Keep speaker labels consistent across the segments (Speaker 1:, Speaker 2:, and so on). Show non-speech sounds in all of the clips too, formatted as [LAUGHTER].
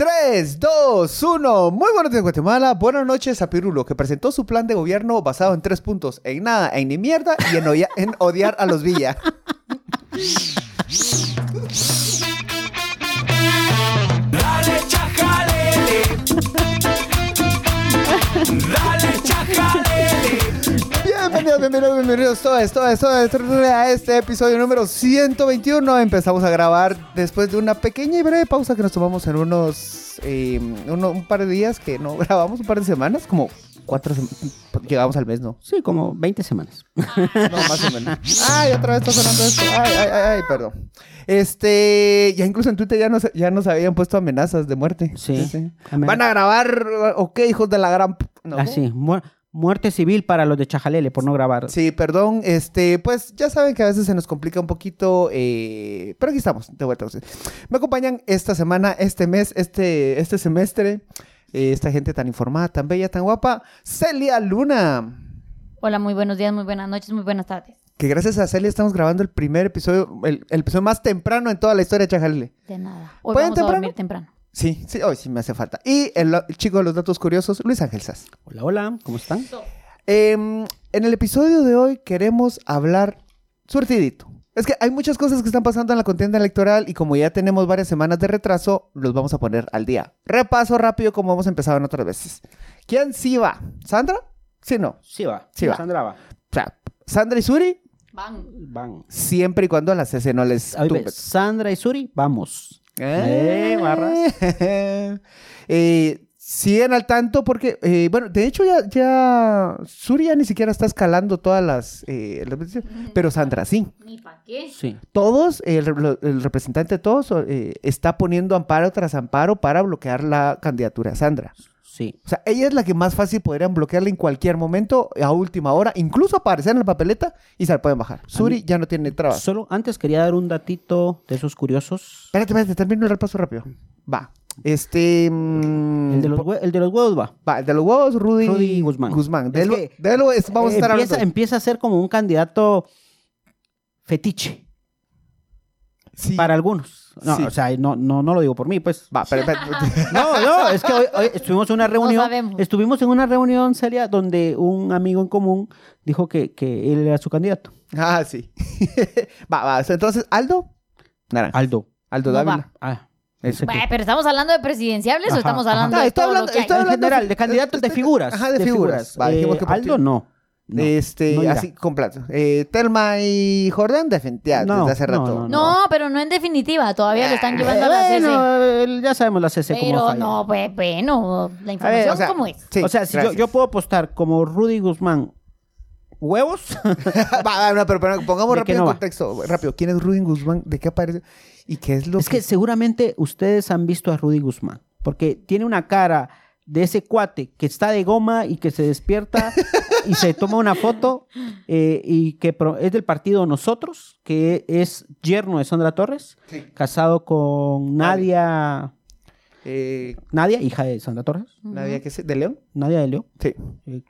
Speaker 1: 3, 2, 1. Muy buenos días, Guatemala. Buenas noches a Pirulo, que presentó su plan de gobierno basado en tres puntos: en nada, en ni mierda y en, odia- en odiar a los Villa.
Speaker 2: Dale chacalele. Dale chacalele.
Speaker 1: Bienvenidos, bienvenidos, bienvenidos todos, todos, todos, todos a este episodio número 121. Empezamos a grabar después de una pequeña y breve pausa que nos tomamos en unos eh, uno- un par de días que no [LAUGHS] grabamos, un par de semanas, como cuatro semanas. Llegamos al mes, ¿no?
Speaker 3: Sí, como 20 semanas.
Speaker 1: No, más o menos. Ay, otra vez está sonando esto. Ay, ay, ay, ay, perdón. Este, ya incluso en Twitter ya nos, ya nos habían puesto amenazas de muerte.
Speaker 3: Sí, amenaz-
Speaker 1: Van a grabar, ¿o qué, hijos de la gran... p-? No.
Speaker 3: Así, mu- muerte civil para los de Chajalele por no grabar.
Speaker 1: Sí, perdón. Este, pues ya saben que a veces se nos complica un poquito, eh, pero aquí estamos, de vuelta. Me acompañan esta semana, este mes, este, este semestre, eh, esta gente tan informada, tan bella, tan guapa, Celia Luna.
Speaker 4: Hola, muy buenos días, muy buenas noches, muy buenas tardes.
Speaker 1: Que gracias a Celia estamos grabando el primer episodio, el, el episodio más temprano en toda la historia de Chajalele.
Speaker 4: De nada. Hoy
Speaker 1: ¿Pueden
Speaker 4: vamos
Speaker 1: temprano?
Speaker 4: a dormir temprano.
Speaker 1: Sí, sí, hoy sí me hace falta. Y el, el chico de los datos curiosos, Luis Ángel Sass.
Speaker 3: Hola, hola, ¿cómo están?
Speaker 1: Em, en el episodio de hoy queremos hablar surtidito. Es que hay muchas cosas que están pasando en la contienda electoral y como ya tenemos varias semanas de retraso, los vamos a poner al día. Repaso rápido como hemos empezado en otras veces. ¿Quién sí va? ¿Sandra? Sí, no.
Speaker 3: Sí va,
Speaker 1: Sí va.
Speaker 3: Sandra va.
Speaker 1: O sea, Sandra y Suri,
Speaker 4: Van.
Speaker 3: Van.
Speaker 1: siempre y cuando a la CC no les
Speaker 3: Ahí ve,
Speaker 1: tumbe.
Speaker 3: Sandra y Suri, vamos.
Speaker 1: Eh,
Speaker 3: Eh, barras.
Speaker 1: [LAUGHS] Eh, siguen al tanto porque, eh, bueno, de hecho ya, ya Suri ya ni siquiera está escalando todas las, eh, las peticiones, pero Sandra sí.
Speaker 4: Ni pa' qué.
Speaker 3: Sí.
Speaker 1: Todos, el, re- el representante de todos eh, está poniendo amparo tras amparo para bloquear la candidatura de Sandra.
Speaker 3: Sí.
Speaker 1: O sea, ella es la que más fácil podrían bloquearla en cualquier momento, a última hora, incluso aparecer en la papeleta y se la pueden bajar. Suri ya no tiene trabas.
Speaker 3: Solo antes quería dar un datito de esos curiosos.
Speaker 1: Espérate, espérate, termino el repaso rápido. Va. Este. mm,
Speaker 3: El de los, hue- el de los huevos va.
Speaker 1: Va, de los huevos, Rudy,
Speaker 3: Rudy Guzmán.
Speaker 1: Guzmán. De
Speaker 3: Es
Speaker 1: lo-
Speaker 3: que,
Speaker 1: de lo es- vamos a estar
Speaker 3: empieza,
Speaker 1: hablando.
Speaker 3: empieza a ser como un candidato fetiche
Speaker 1: Sí.
Speaker 3: para algunos. No,
Speaker 1: Sí.
Speaker 3: o sea, no, no, no lo digo por mí, pues.
Speaker 1: Va, pero, pero-
Speaker 3: [LAUGHS] No, no, es que hoy, hoy estuvimos en una reunión.
Speaker 4: sabemos.
Speaker 3: estuvimos en una reunión seria donde un amigo en común dijo que, que él era su candidato.
Speaker 1: ah, sí. [LAUGHS] va, va. Entonces, Aldo. Naranja.
Speaker 3: Aldo.
Speaker 1: Aldo
Speaker 4: No
Speaker 1: Dávila.
Speaker 3: Ah,
Speaker 1: Eso.
Speaker 3: ¿qué?
Speaker 4: Bah, pero estamos hablando de presidenciables
Speaker 3: Ajá,
Speaker 4: o estamos
Speaker 3: ajá.
Speaker 4: hablando
Speaker 1: No,
Speaker 4: de
Speaker 1: estoy
Speaker 4: todo
Speaker 1: hablando-
Speaker 4: lo que hay?
Speaker 1: estoy hablando-
Speaker 3: en general, de candidatos de figuras.
Speaker 1: Este, Ajá, de figuras. Va, dijimos que
Speaker 3: Eh, Aldo
Speaker 1: partido.
Speaker 3: no. No.
Speaker 1: Este,
Speaker 3: no irá.
Speaker 1: así, completo. Eh, Telma y Jordán, definitivamente,
Speaker 3: No,
Speaker 1: desde hace
Speaker 3: no,
Speaker 1: rato.
Speaker 3: no,
Speaker 4: No, pero no en definitiva, todavía lo están
Speaker 3: Eh,
Speaker 4: llevando a la CC.
Speaker 3: bueno, eh, ya sabemos la CC cómo
Speaker 4: Pero
Speaker 3: falla.
Speaker 4: no, pues bueno, la
Speaker 1: A ver,
Speaker 4: información
Speaker 1: Eh, o sea,
Speaker 4: como es.
Speaker 1: sí,
Speaker 3: o sea, si yo,
Speaker 1: gracias.
Speaker 3: yo puedo apostar como Rudy Guzmán huevos,
Speaker 1: [LAUGHS] va, va, no, pero, pero pongamos
Speaker 3: ¿De qué
Speaker 1: rápido en
Speaker 3: no va?
Speaker 1: contexto. Rápido. ¿Quién es Rudy Guzmán? ¿De qué aparece? ¿Y qué es lo
Speaker 3: es que seguramente ustedes han visto a Rudy Guzmán, porque tiene una cara de ese cuate que está de goma y que se despierta y se toma una foto eh, y que pro- es del partido Nosotros, que es yerno de Sandra Torres, casado con Nadia,
Speaker 1: eh,
Speaker 3: Nadia, hija de Sandra Torres,
Speaker 1: Nadia, ¿qué es? ¿De León?
Speaker 3: Nadia de León.
Speaker 1: Sí.
Speaker 3: eh,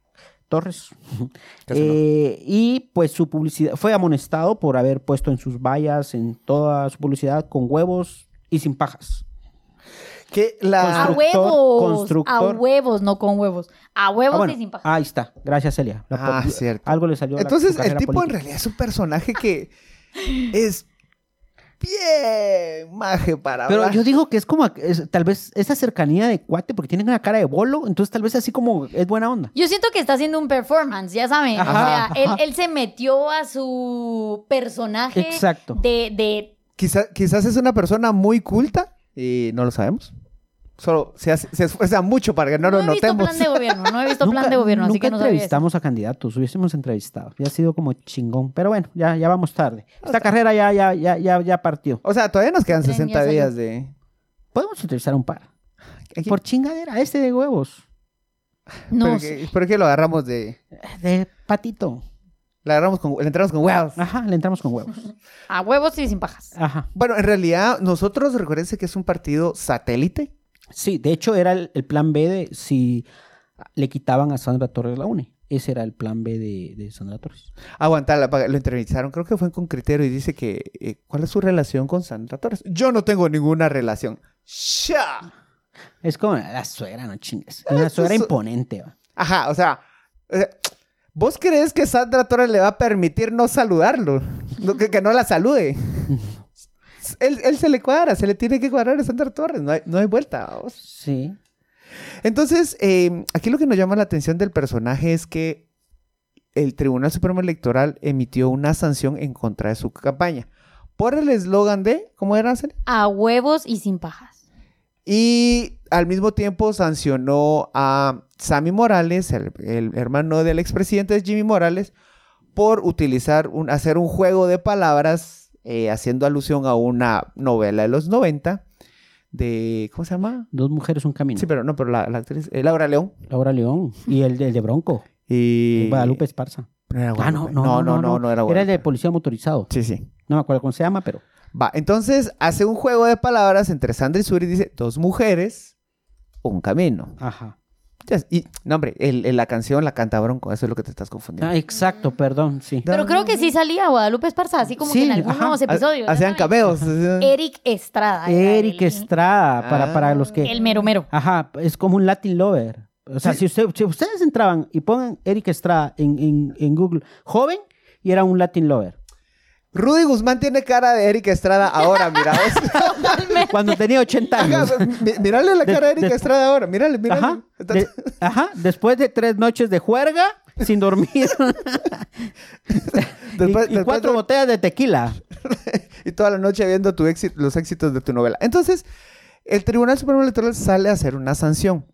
Speaker 3: Torres.
Speaker 1: [LAUGHS] Casi no.
Speaker 3: Eh, y pues su publicidad fue amonestado por haber puesto en sus vallas, en toda su publicidad, con huevos y sin pajas.
Speaker 1: Que la...
Speaker 4: A
Speaker 3: Constructor,
Speaker 4: huevos,
Speaker 3: constructor.
Speaker 4: a huevos, no con huevos. A
Speaker 3: Ah,
Speaker 4: huevos
Speaker 3: bueno,
Speaker 4: y sin paja.
Speaker 3: Ahí está. Gracias, Celia.
Speaker 1: Ah,
Speaker 3: po-
Speaker 1: cierto.
Speaker 3: Algo le salió. a la-
Speaker 1: Entonces,
Speaker 3: su
Speaker 1: el
Speaker 3: carrera
Speaker 1: tipo en
Speaker 3: política.
Speaker 1: realidad es un personaje que [LAUGHS] es bien maje para
Speaker 3: Pero
Speaker 1: hablar.
Speaker 3: yo digo que es como, es- tal vez, esa cercanía de cuate, porque tienen una cara de bolo, entonces tal vez así como es buena onda.
Speaker 4: Yo siento que está haciendo un performance, ya saben.
Speaker 3: Ajá,
Speaker 4: o sea, él, él se metió a su personaje
Speaker 3: Exacto.
Speaker 4: de, de
Speaker 1: Quizá- quizás es una persona muy culta y no lo sabemos. Solo se, hace- se esfuerza mucho para que no, lo
Speaker 4: he visto
Speaker 1: notemos.
Speaker 4: plan de gobierno, no he visto plan de gobierno, así
Speaker 3: nunca
Speaker 4: que no sabía. eso.
Speaker 3: entrevistamos a candidatos, hubiésemos entrevistado. Ya ha sido como chingón. Pero bueno, ya, ya vamos
Speaker 1: Ah,
Speaker 3: tarde. Esta carrera ya, ya, ya, ya, ya partió.
Speaker 1: [LAUGHS] O sea, todavía nos quedan
Speaker 4: Tren ya
Speaker 1: 60
Speaker 4: salió.
Speaker 1: días de...
Speaker 3: Podemos entrevistar a un par.
Speaker 1: Aquí-
Speaker 3: Por chingadera, este de huevos.
Speaker 4: No,
Speaker 1: pero, que, pero que lo agarramos de...
Speaker 3: De patito.
Speaker 1: La agarramos con... Le entramos con huevos.
Speaker 3: Ajá, le entramos
Speaker 1: [LAUGHS]
Speaker 3: con huevos.
Speaker 4: a huevos y sin pajas.
Speaker 3: Ajá.
Speaker 1: Bueno, en realidad, nosotros recuérdense que es un partido satélite.
Speaker 3: Sí, de hecho era el, el plan B de si le quitaban a Sandra Torres la UNE. Ese era el plan B de, de Sandra Torres.
Speaker 1: Aguantarla, pa- lo entrevistaron, creo que fue en Concretero y dice que eh, ¿cuál es su relación con Sandra Torres? Yo no tengo ninguna relación. ¡Sha!
Speaker 3: Es como la suegra, no chingues. Es una
Speaker 1: tu
Speaker 3: suegra
Speaker 1: su-
Speaker 3: imponente. va.
Speaker 1: Ajá, o sea, eh, ¿vos crees que Sandra Torres le va a permitir no saludarlo? No, que, que no la salude. Él, él se le cuadra, se le tiene que cuadrar a Sandra Torres, no hay, no hay vuelta. vamos.
Speaker 3: Sí.
Speaker 1: Entonces, eh, aquí lo que nos llama la atención del personaje es que el Tribunal Supremo Electoral emitió una sanción en contra de su campaña por el eslogan de, ¿cómo era, Araceli?
Speaker 4: A huevos y sin pajas.
Speaker 1: Y al mismo tiempo sancionó a Sammy Morales, el, el hermano del expresidente Jimmy Morales, por utilizar un, hacer un juego de palabras eh, haciendo alusión a una novela de los 90 de... ¿Cómo se llama?
Speaker 3: Dos mujeres, un camino.
Speaker 1: Sí, pero no, pero la, la actriz... eh, Laura León.
Speaker 3: Laura León. Y el de, el de Bronco.
Speaker 1: Y...
Speaker 3: Guadalupe Esparza.
Speaker 1: No era
Speaker 3: Ah, no,
Speaker 1: Guadalupe.
Speaker 3: no, no, no, no,
Speaker 1: era
Speaker 3: Era el
Speaker 1: Guadalupe.
Speaker 3: de policía motorizado.
Speaker 1: Sí, sí.
Speaker 3: No me acuerdo cómo se llama, pero.
Speaker 1: Va, entonces hace un juego de palabras entre Sandra y Suri y dice, dos mujeres, un camino.
Speaker 3: Ajá.
Speaker 1: Ya, Y, no, hombre, el- el- la canción la canta Bronco, eso es lo que te estás confundiendo.
Speaker 3: Ah, exacto, perdón, sí.
Speaker 1: Da-
Speaker 4: Pero creo que sí salía Guadalupe Esparza, así como
Speaker 3: Sí,
Speaker 4: que en algunos
Speaker 3: ajá.
Speaker 1: Ha-
Speaker 4: episodios.
Speaker 1: Hacían
Speaker 4: ¿no?
Speaker 1: cameos.
Speaker 3: Eh,
Speaker 4: Eric Estrada. era
Speaker 3: Eric
Speaker 4: el-
Speaker 3: Estrada, para, para los que.
Speaker 4: El mero mero.
Speaker 3: Ajá, es como un Latin lover. O sea, si, usted- si ustedes entraban y pongan Eric Estrada en, en- en Google, joven, y era un Latin
Speaker 4: [LAUGHS]
Speaker 3: lover.
Speaker 1: Rudy Guzmán tiene cara de Eric Estrada ahora, mira. ¿ves?
Speaker 3: Cuando tenía
Speaker 1: [LAUGHS]
Speaker 3: 80 [LAUGHS] años.
Speaker 1: Ajá, mi- mirale la
Speaker 3: De-
Speaker 1: cara a Eric
Speaker 3: de-
Speaker 1: Estrada ahora, mírale, mírale.
Speaker 3: Ajá,
Speaker 1: Está-
Speaker 3: de- ajá, después de tres noches de juerga, sin dormir,
Speaker 1: [LAUGHS]
Speaker 3: y-
Speaker 1: después-
Speaker 3: y,
Speaker 1: después
Speaker 3: cuatro
Speaker 1: de-
Speaker 3: botellas de tequila.
Speaker 1: y toda la noche viendo tu éxi- los éxitos de tu novela. Entonces, el Tribunal Supremo Electoral sale a hacer una sanción.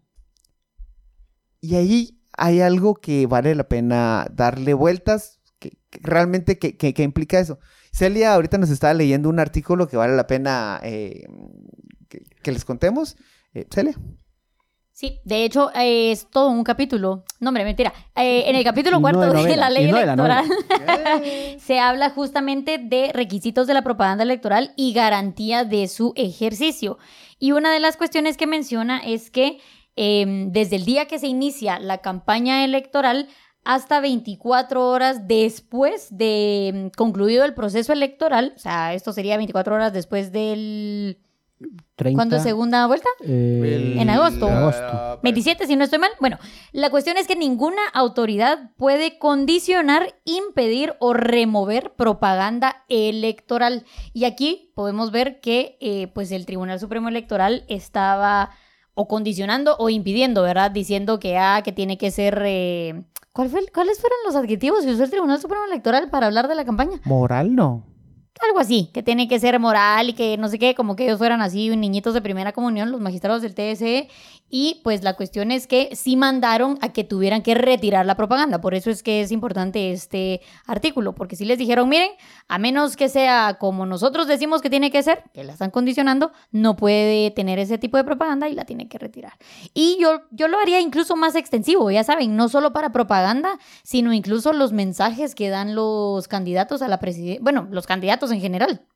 Speaker 1: Y ahí hay algo que vale la pena darle vueltas, que, que realmente que, que- que implica eso. Celia ahorita nos estaba leyendo un artículo que vale la pena eh, que, que les contemos. Eh, Celia.
Speaker 4: Sí, de hecho, eh, es todo un capítulo. No, hombre, mentira. Eh, en el capítulo
Speaker 3: [LAUGHS] Y no
Speaker 4: cuarto
Speaker 3: de
Speaker 4: de,
Speaker 3: novela,
Speaker 4: la
Speaker 3: y
Speaker 4: ley
Speaker 3: no de la
Speaker 4: electoral [LAUGHS] se habla justamente de requisitos de la propaganda electoral y garantía de su ejercicio. Y una de las cuestiones que menciona es que eh, desde el día que se inicia la campaña electoral hasta 24 horas después de mm, concluido el proceso electoral, o sea, esto sería 24 horas después del...
Speaker 3: 30,
Speaker 4: ¿Cuándo es segunda vuelta?
Speaker 3: eh,
Speaker 4: En agosto.
Speaker 1: Ah.
Speaker 3: agosto.
Speaker 4: 27, si no estoy mal. Bueno, la cuestión es que ninguna autoridad puede condicionar, impedir o remover propaganda electoral. Y aquí podemos ver que eh, pues el Tribunal Supremo Electoral estaba o condicionando o impidiendo, ¿verdad? Diciendo que, ah, que tiene que ser... eh, ¿cuál fue el- ¿Cuáles fueron los adjetivos que usó el Tribunal Supremo Electoral para hablar de la campaña?
Speaker 1: Moral no.
Speaker 4: algo así, que tiene que ser moral y que no sé qué, como que ellos fueran así, niñitos de primera comunión, los magistrados del TSE. Y pues la cuestión es que sí mandaron a que tuvieran que retirar la propaganda. Por eso es que es importante este artículo, porque sí les dijeron, miren, a menos que sea como nosotros decimos que tiene que ser, que la están condicionando, no puede tener ese tipo de propaganda y la tiene que retirar. Y yo, yo lo haría incluso más extensivo, ya saben, no solo para propaganda, sino incluso los mensajes que dan los candidatos a la presidencia, bueno, los candidatos en general.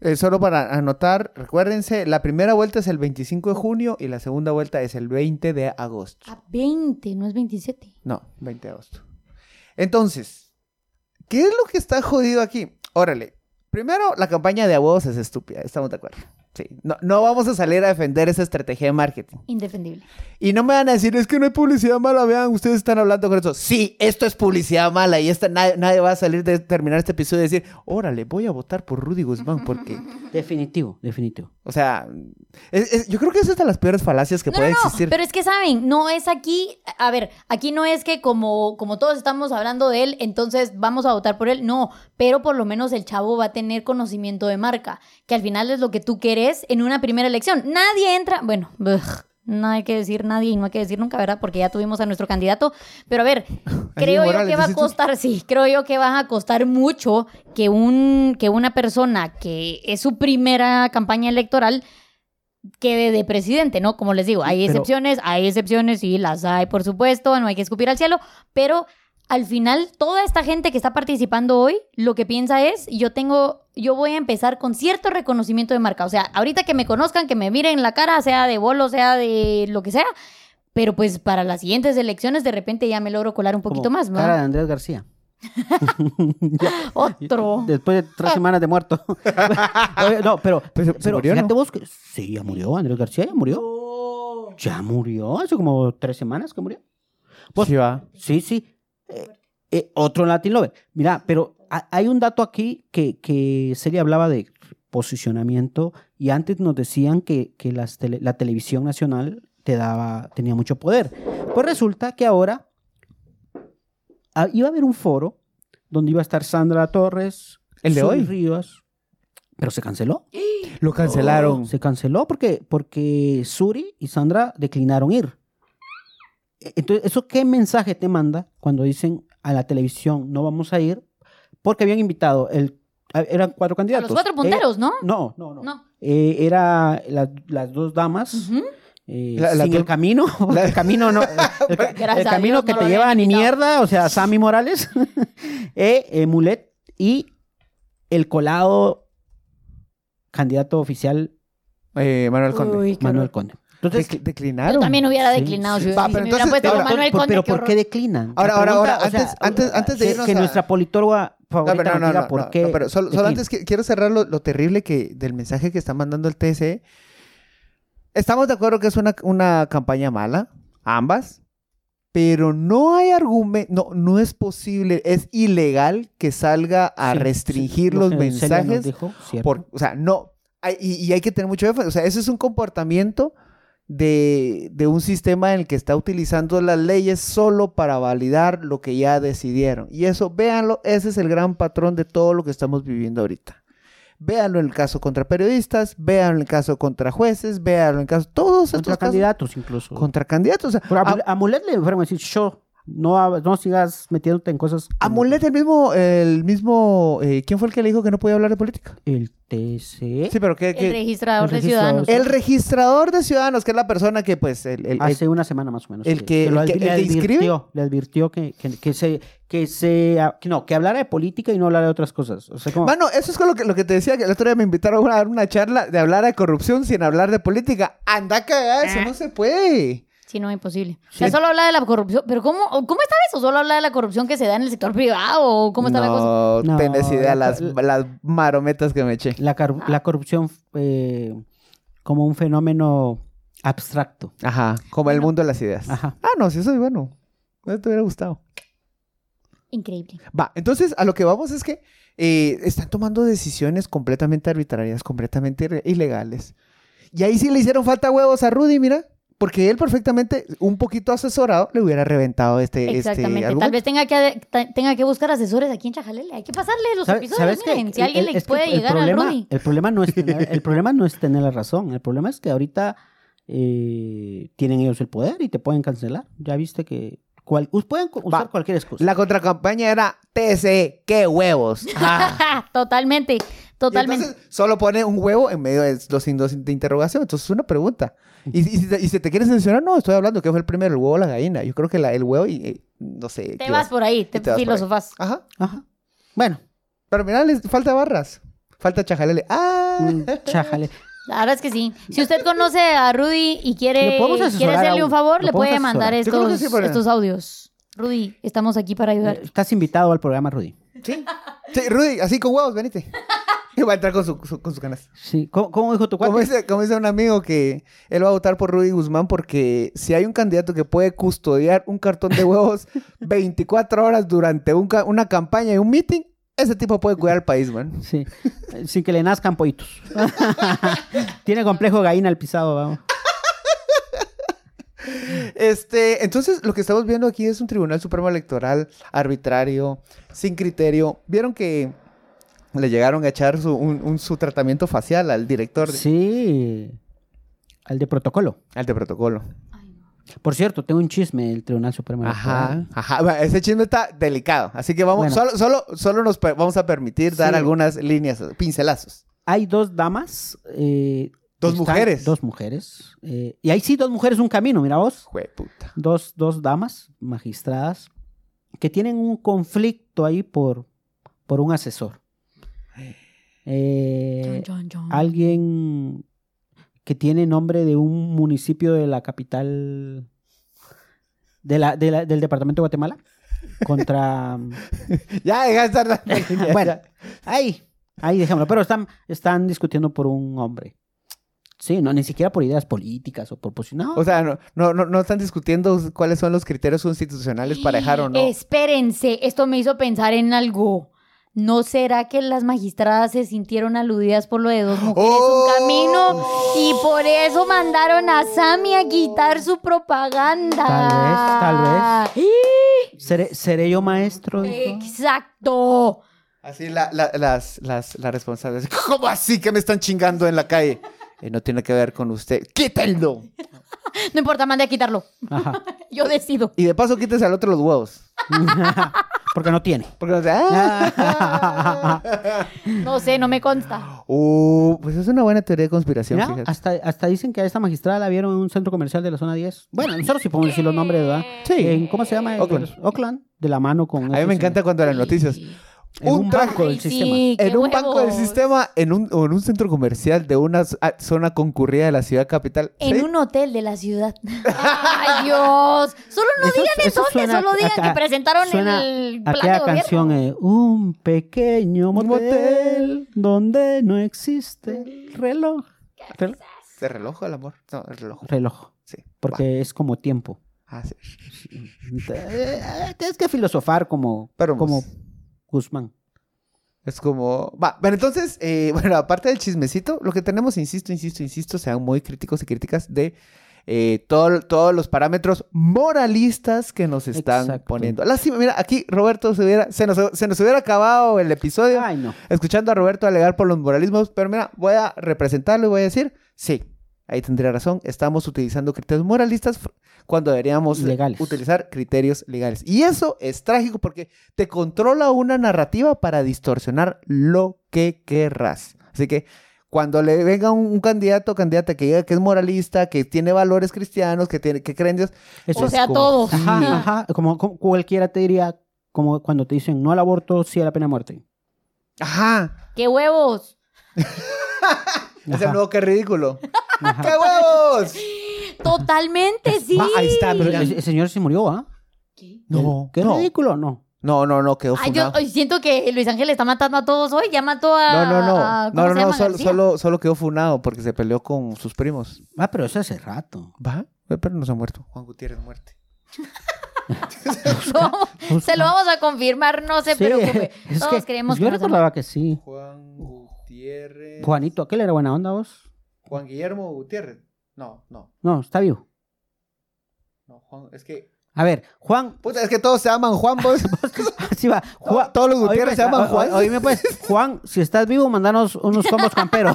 Speaker 1: Eh, solo para anotar, recuérdense, la primera vuelta es el 25 de junio y la segunda vuelta es el 20 de agosto.
Speaker 4: A 20, no es 27.
Speaker 1: No, 20 de agosto. Entonces, ¿qué es lo que está jodido aquí? Órale, primero, la campaña de abogados es estúpida, estamos de acuerdo. Sí, no, no vamos a salir a defender esa estrategia de marketing.
Speaker 4: Indefendible.
Speaker 1: Y no me van a decir, es que no hay publicidad mala, vean, ustedes están hablando con eso. Sí, esto es publicidad mala y esta, nadie, nadie va a salir de terminar este episodio y decir, órale, voy a votar por Rudy Guzmán porque...
Speaker 3: Definitivo, definitivo.
Speaker 1: O sea, es- es- yo creo que esa es de las peores falacias que
Speaker 4: No,
Speaker 1: puede
Speaker 4: no, no,
Speaker 1: existir.
Speaker 4: pero es que saben, no es aquí, a ver, aquí no es que como, como todos estamos hablando de él, entonces vamos a votar por él, no, pero por lo menos el chavo va a tener conocimiento de marca, que al final es lo que tú querés en una primera elección. Nadie entra, bueno, ugh, no hay que decir nadie y no hay que decir nunca, ¿verdad? Porque ya tuvimos a nuestro candidato, pero
Speaker 1: [LAUGHS]
Speaker 4: a ver, creo yo
Speaker 1: Morales,
Speaker 4: que va a
Speaker 1: dices tú.
Speaker 4: costar, sí, creo yo que va a costar mucho que, un, que una persona que es su primera campaña electoral quede de presidente, ¿no? Como les digo, hay
Speaker 3: pero-
Speaker 4: excepciones, hay excepciones, y las hay, por supuesto, no hay que escupir al cielo, pero al final toda esta gente que está participando hoy, lo que piensa es, yo tengo, yo voy a empezar con cierto reconocimiento de marca, o sea, ahorita que me conozcan, que me miren la cara, sea de bolo, sea de lo que sea, pero pues para las siguientes elecciones de repente ya me logro colar un poquito
Speaker 3: Como
Speaker 4: más, ¿no?
Speaker 3: Cara de Andrés García.
Speaker 4: Otro.
Speaker 3: Después de tres semanas de muerto. Oye, no, pero,
Speaker 1: Pues, ¿se
Speaker 3: pero
Speaker 1: murió,
Speaker 3: fíjate
Speaker 1: no?
Speaker 3: vos que sí, ya murió Andrés García, ya murió. Ya murió, hace como tres semanas que murió. Vos-
Speaker 1: Sí, va.
Speaker 3: Sí, sí. Eh, eh, otro Latin Lover. Mira, pero ha- hay un dato aquí que, que Celia hablaba de posicionamiento y antes nos decían que, que las tele- la televisión nacional te daba, tenía mucho poder. Pues resulta que ahora ah, iba a haber un foro donde iba a estar Sandra Torres,
Speaker 1: ¿El de
Speaker 3: Sol
Speaker 1: hoy?
Speaker 3: Ríos, pero se canceló.
Speaker 1: Lo
Speaker 4: Oh,
Speaker 1: cancelaron.
Speaker 3: Se canceló porque, porque Suri y Sandra declinaron ir. E- Entonces, ¿eso qué mensaje te manda cuando dicen a la televisión no vamos a ir? Porque habían invitado, el, a- eran cuatro
Speaker 4: A
Speaker 3: candidatos.
Speaker 4: los cuatro punteros, ¿no?
Speaker 3: Eh, no, no, no.
Speaker 4: No.
Speaker 3: Eh, era la- las dos damas.
Speaker 4: Ujú.
Speaker 3: eh,
Speaker 1: [LAUGHS] La- la
Speaker 3: sin
Speaker 1: tur-
Speaker 3: el camino, porque el camino [LAUGHS] no, el, el ca- el
Speaker 4: Gracias a
Speaker 3: camino
Speaker 4: Dios
Speaker 3: que
Speaker 4: no
Speaker 3: te
Speaker 4: lo
Speaker 3: lleva a
Speaker 4: habían
Speaker 3: ni
Speaker 4: invitado.
Speaker 3: mierda, o sea, Sammy Morales, [LAUGHS] eh, eh, Mulet y el colado candidato oficial
Speaker 1: Eh, Manuel Conde.
Speaker 4: Uy, qué
Speaker 3: Manuel
Speaker 4: horror.
Speaker 3: Conde.
Speaker 1: Entonces,
Speaker 3: Entonces,
Speaker 1: declinaron.
Speaker 4: Yo también hubiera
Speaker 3: Sí.
Speaker 4: declinado. Si,
Speaker 1: Va,
Speaker 4: si
Speaker 1: pero
Speaker 4: me hubieran
Speaker 1: entonces-
Speaker 4: puesto
Speaker 1: ahora,
Speaker 4: Manuel
Speaker 3: por-
Speaker 4: Conde,
Speaker 3: pero
Speaker 4: qué
Speaker 3: ¿por
Speaker 4: horror.
Speaker 3: qué declinan?
Speaker 1: Ahora,
Speaker 3: La
Speaker 1: ahora,
Speaker 3: pregunta,
Speaker 1: ahora,
Speaker 3: o sea,
Speaker 1: antes- antes- antes de
Speaker 3: que-
Speaker 1: irnos
Speaker 3: que
Speaker 1: a-
Speaker 3: nuestra politóloga favorita
Speaker 1: No, pero no,
Speaker 3: nos
Speaker 1: no,
Speaker 3: diga
Speaker 1: no,
Speaker 3: por
Speaker 1: no,
Speaker 3: qué
Speaker 1: no, pero solo, solo
Speaker 3: declinan.
Speaker 1: antes que- quiero cerrar lo, lo terrible que del mensaje que está mandando el TSE. Estamos de acuerdo que es una, una campaña mala, ambas, pero no hay argumento, no, no es posible, es ilegal que salga a
Speaker 3: Sí,
Speaker 1: restringir
Speaker 3: sí,
Speaker 1: los
Speaker 3: lo que Celia nos
Speaker 1: mensajes.
Speaker 3: dijo, cierto.
Speaker 1: por- o sea, no, hay- y, y hay que tener mucho énfasis, o sea, eso es un comportamiento de, de un sistema en el que está utilizando las leyes solo para validar lo que ya decidieron. Y eso, véanlo, ese es el gran patrón de todo lo que estamos viviendo ahorita. Véanlo en el caso contra periodistas, véanlo en el caso contra jueces, véanlo en el caso, todos
Speaker 3: contra
Speaker 1: estos casos
Speaker 3: candidatos incluso.
Speaker 1: contra candidatos. O sea,
Speaker 3: Pero a,
Speaker 1: a-
Speaker 3: Mulet- a Mulet le fueron a decir, yo, no, ha- no sigas metiéndote en cosas.
Speaker 1: a Mulet el mismo, el mismo eh, ¿quién fue el que le dijo que no podía hablar de política?
Speaker 3: El TC
Speaker 1: Sí, pero que,
Speaker 4: El registrador de
Speaker 3: El
Speaker 4: Ciudadanos.
Speaker 1: el registrador de ciudadanos, que es la persona que pues el- el- el,
Speaker 3: hace una semana más o menos.
Speaker 1: el que-
Speaker 3: lo
Speaker 1: el que- el
Speaker 3: advi-
Speaker 1: que
Speaker 3: le
Speaker 1: inscribe.
Speaker 3: advirtió, le advirtió que, que, que se, que se, ah, que no, que hablara de política y no hablara de otras cosas. O sea, como,
Speaker 1: Mano, eso es con lo que, lo que te decía, que el otro día me invitaron a dar una charla de hablar de corrupción sin hablar de política. Anda cagada, eso no se puede.
Speaker 4: Sí, no, imposible. O sea, solo habla de la corrupción. ¿Pero cómo, cómo está eso? ¿Solo habla de la corrupción que se da en el sector privado? ¿O cómo está la cosa?
Speaker 1: No,
Speaker 3: No,
Speaker 1: tenés idea
Speaker 3: la-
Speaker 1: las, las marometas que me eché.
Speaker 3: la, car- la corrupción eh, como un fenómeno abstracto.
Speaker 1: Ajá, como el mundo de las ideas.
Speaker 3: Ajá.
Speaker 1: Ah, no, si eso es bueno. No te hubiera gustado.
Speaker 4: Increíble.
Speaker 1: Va, entonces a lo que vamos es que eh, están tomando decisiones completamente arbitrarias, completamente irre- ilegales. Y ahí sí le hicieron falta huevos a Rudy, mira, porque él perfectamente, un poquito asesorado, le hubiera reventado este, este
Speaker 4: Exactamente.
Speaker 1: argumento.
Speaker 4: Tal vez tenga que, ta- tenga que buscar asesores aquí en Chajalele. Hay que pasarle los
Speaker 3: ¿Sabe-
Speaker 4: episodios.
Speaker 3: ¿Sabes
Speaker 4: miren,
Speaker 3: qué?
Speaker 4: si alguien
Speaker 3: El-
Speaker 4: le
Speaker 3: es que
Speaker 4: puede llegar
Speaker 3: el problema,
Speaker 4: al
Speaker 3: [LAUGHS]
Speaker 4: Rudy.
Speaker 3: El problema, no es tener,
Speaker 4: [LAUGHS]
Speaker 3: el problema no es tener la razón. El problema es que ahorita eh, tienen ellos el poder y te pueden cancelar. Ya viste que cual- us- pueden cu- usar
Speaker 1: Va.
Speaker 3: cualquier excusa.
Speaker 1: La contracampaña era TSE, qué huevos. Ah.
Speaker 4: totalmente, [LAUGHS] totalmente.
Speaker 1: Y entonces solo pone un huevo en medio de los signos de interrogación. Entonces es una pregunta. Y, si- y si te- y si te quieres sancionar, no, estoy hablando que fue el primero, el huevo o la gallina. Yo creo que la- el huevo y eh, no sé.
Speaker 4: te
Speaker 1: qué
Speaker 4: vas por ahí,
Speaker 1: te
Speaker 4: te,
Speaker 1: vas por ahí.
Speaker 4: filosofas.
Speaker 1: Ajá.
Speaker 3: Ajá. Bueno,
Speaker 1: Pero mira, les falta barras. Falta chajalele. ¡Ah! [LAUGHS]
Speaker 3: mm, chájale.
Speaker 4: La verdad es que sí. Si usted conoce a Rudy y
Speaker 3: Lo
Speaker 4: quiere,
Speaker 3: podemos
Speaker 4: quiere
Speaker 3: asesorar
Speaker 4: hacerle
Speaker 3: aún.
Speaker 4: un favor,
Speaker 3: Lo
Speaker 4: le
Speaker 3: podemos
Speaker 4: puede
Speaker 3: asesorar.
Speaker 4: mandar
Speaker 1: Yo creo que
Speaker 4: estos,
Speaker 1: sí, Mariana.
Speaker 4: estos audios. Rudy, estamos aquí para ayudar.
Speaker 3: Estás invitado al programa, Rudy.
Speaker 1: Sí. Sí, Rudy, así con huevos,
Speaker 4: [LAUGHS]
Speaker 1: venite. Y va a entrar con su, su- con su canasta.
Speaker 3: Sí. ¿Cómo, cómo dijo tu
Speaker 1: Como
Speaker 3: cuate?
Speaker 1: dice, como dice un amigo que él va a votar por Rudy Guzmán porque si hay un candidato que puede custodiar un cartón de [LAUGHS] huevos 24 horas durante un ca- una campaña y un meeting, ese tipo puede cuidar al país, man.
Speaker 3: Sí. Eh, Sin que le nazcan pollitos. [LAUGHS] Tiene complejo gallina al pisado, vamos.
Speaker 1: Este, entonces lo que estamos viendo aquí es un Tribunal Supremo Electoral arbitrario, sin criterio. Vieron que le llegaron a echar su, un- un- su tratamiento facial al director, de-
Speaker 3: Sí. Al de protocolo.
Speaker 1: al de protocolo.
Speaker 3: Por cierto, tengo un chisme del Tribunal Supremo Electoral.
Speaker 1: Ajá, ajá. Bueno, Ese chisme está delicado. Así que vamos,
Speaker 3: Bueno.
Speaker 1: solo, solo, solo nos per- vamos a permitir dar
Speaker 3: Sí.
Speaker 1: algunas líneas, pincelazos.
Speaker 3: Hay dos damas. eh,
Speaker 1: Dos
Speaker 3: que
Speaker 1: mujeres.
Speaker 3: Dos mujeres. eh, y ahí sí, dos mujeres, un camino, mira vos.
Speaker 1: Jue puta.
Speaker 3: Dos, dos damas magistradas que tienen un conflicto ahí por, por un asesor. Eh,
Speaker 4: Chon, chon, chon.
Speaker 3: alguien que tiene nombre de un municipio de la capital de la, de la- del departamento de Guatemala
Speaker 1: [LAUGHS]
Speaker 3: contra
Speaker 1: Ya, deja de estar dando
Speaker 3: [LAUGHS]
Speaker 1: [LAUGHS] líneas,
Speaker 3: bueno
Speaker 1: ya.
Speaker 3: ahí ahí dejémoslo pero están están discutiendo por un hombre Sí, no, ni siquiera por ideas políticas o por posición. No,
Speaker 1: O sea, no, no, no, no están discutiendo cuáles son los criterios constitucionales para dejar o no.
Speaker 4: Espérense, esto me hizo pensar en algo. ¿No será que las magistradas se sintieron aludidas por lo de dos mujeres
Speaker 1: ¡Oh!
Speaker 4: un camino y por eso mandaron a Sami a quitar su propaganda?
Speaker 3: Tal
Speaker 4: vez,
Speaker 3: ¿Seré, seré yo maestro? dijo?
Speaker 4: Exacto.
Speaker 1: Así la- la- las, las, las responsables. [LAUGHS] ¿Cómo así que me están chingando en la calle? Eh, no tiene que ver con usted. ¡Quítenlo!
Speaker 4: No importa, mande a quitarlo. [LAUGHS]
Speaker 1: [LAUGHS]
Speaker 3: Ajá.
Speaker 4: Yo decido.
Speaker 1: Y de paso quítese al otro los huevos.
Speaker 3: Porque
Speaker 1: [LAUGHS]
Speaker 3: no tiene.
Speaker 1: Porque no sé, ¡ah!
Speaker 4: No sé, no me consta.
Speaker 1: Uh, pues es una buena teoría de conspiración,
Speaker 3: Mira,
Speaker 1: fíjate.
Speaker 3: hasta, hasta dicen que a esta magistrada la vieron en un centro comercial de la zona 10. Bueno, nosotros sí podemos decir los nombres, ¿verdad?
Speaker 1: Sí.
Speaker 3: En, ¿Cómo se llama?
Speaker 1: Oakland.
Speaker 3: Oakland, de la mano con... eh,
Speaker 1: A mí
Speaker 3: ese
Speaker 1: me encanta cuando en las noticias.
Speaker 3: En un
Speaker 1: traje-
Speaker 3: banco del
Speaker 4: Ay, sí,
Speaker 3: sistema.
Speaker 4: qué
Speaker 1: en un banco del
Speaker 4: huevos.
Speaker 1: sistema, en un, o en un centro comercial de una z- a- zona concurrida de la ciudad capital.
Speaker 4: En
Speaker 1: Sí.
Speaker 4: un hotel de
Speaker 3: [LAUGHS]
Speaker 4: la ciudad. ¡Ay, Dios! Solo no
Speaker 3: Eso-
Speaker 4: digan en
Speaker 3: eso
Speaker 4: dónde,
Speaker 3: suena
Speaker 4: solo digan
Speaker 3: acá-
Speaker 4: que presentaron
Speaker 3: suena a
Speaker 4: el plan de
Speaker 3: aquella
Speaker 4: gobierno.
Speaker 3: canción eh, un pequeño motel,
Speaker 1: motel.
Speaker 3: donde no existe el reloj. Reloj.
Speaker 1: ¿De reloj el amor? No, el reloj.
Speaker 3: Reloj,
Speaker 1: Sí.
Speaker 3: porque es como tiempo.
Speaker 1: Va. Ah, sí.
Speaker 3: Eh, eh, Tienes que filosofar como,
Speaker 1: Pero,
Speaker 3: como
Speaker 1: pues,
Speaker 3: Guzmán.
Speaker 1: Es como. Va, pero entonces, eh, [LAUGHS] bueno, aparte del chismecito, lo que tenemos, insisto, insisto, insisto, sean muy críticos y críticas de eh, todo- todos los parámetros moralistas que nos están
Speaker 3: Exacto.
Speaker 1: poniendo. Lástima, mira, aquí Roberto se, hubiera- se, nos, se nos hubiera acabado el episodio
Speaker 3: Ay, no.
Speaker 1: escuchando a Roberto alegar por los moralismos, pero mira, voy a representarlo y voy a decir, sí. Ahí tendría razón, estamos utilizando criterios moralistas fr- cuando deberíamos eh,
Speaker 3: Legales.
Speaker 1: utilizar criterios legales. Y eso es trágico porque te controla una narrativa para distorsionar lo que querrás. Así que cuando le venga un, un candidato o candidata que diga que es moralista, que tiene valores cristianos, que, tiene, que cree en Dios,
Speaker 3: Eso
Speaker 4: O
Speaker 3: es
Speaker 4: sea,
Speaker 1: como-
Speaker 4: todos.
Speaker 3: Ajá, ajá. Como, como cualquiera te diría, como cuando te dicen no al aborto, sí a la pena de muerte.
Speaker 1: Ajá.
Speaker 4: ¡Qué huevos!
Speaker 1: Ese
Speaker 3: Ajá.
Speaker 1: nuevo, qué ridículo.
Speaker 3: Ajá.
Speaker 1: ¡Qué huevos!
Speaker 4: Totalmente sí.
Speaker 1: Va, ahí está,
Speaker 3: Pero
Speaker 1: mira.
Speaker 3: el, el señor se murió, ¿ah?
Speaker 1: No,
Speaker 3: El- Qué
Speaker 1: no.
Speaker 3: ridículo, no.
Speaker 1: No, no, no, quedó
Speaker 4: Ay, yo
Speaker 1: funado.
Speaker 4: ay, siento que Luis Ángel está matando a todos hoy. Ya mató a.
Speaker 1: No, no,
Speaker 4: a-
Speaker 1: no.
Speaker 4: Ah, ¿cómo
Speaker 1: No, no,
Speaker 4: se
Speaker 1: no.
Speaker 4: llama
Speaker 1: Solo,
Speaker 4: García?
Speaker 1: solo, solo quedó funado porque se peleó con sus primos.
Speaker 3: Ah, pero eso hace rato.
Speaker 1: ¿Va? Eh, Pero no se ha muerto. Juan Gutiérrez muerte.
Speaker 4: No, se lo vamos a confirmar, no
Speaker 3: Pues,
Speaker 4: se
Speaker 3: Sí,
Speaker 4: preocupe.
Speaker 3: [LAUGHS] es
Speaker 4: Todos
Speaker 3: que
Speaker 4: creemos
Speaker 3: Yo
Speaker 4: que. nos amamos.
Speaker 3: recordaba que sí.
Speaker 1: Juan Gutiérrez.
Speaker 3: Juanito, aquel era buena onda vos.
Speaker 1: Juan Guillermo Gutiérrez. No, no.
Speaker 3: No, está vivo.
Speaker 1: No, Juan. Es que.
Speaker 3: A ver, Juan, [LAUGHS]
Speaker 1: Puta, es que todos se aman Juan, vos.
Speaker 3: así va. Juan-
Speaker 1: Todos los Gutiérrez
Speaker 3: Oíme,
Speaker 1: se llaman
Speaker 3: o-
Speaker 1: Juan.
Speaker 3: o- Oíme pues,
Speaker 1: [LAUGHS]
Speaker 3: Juan, si estás vivo, mandanos unos combos camperos.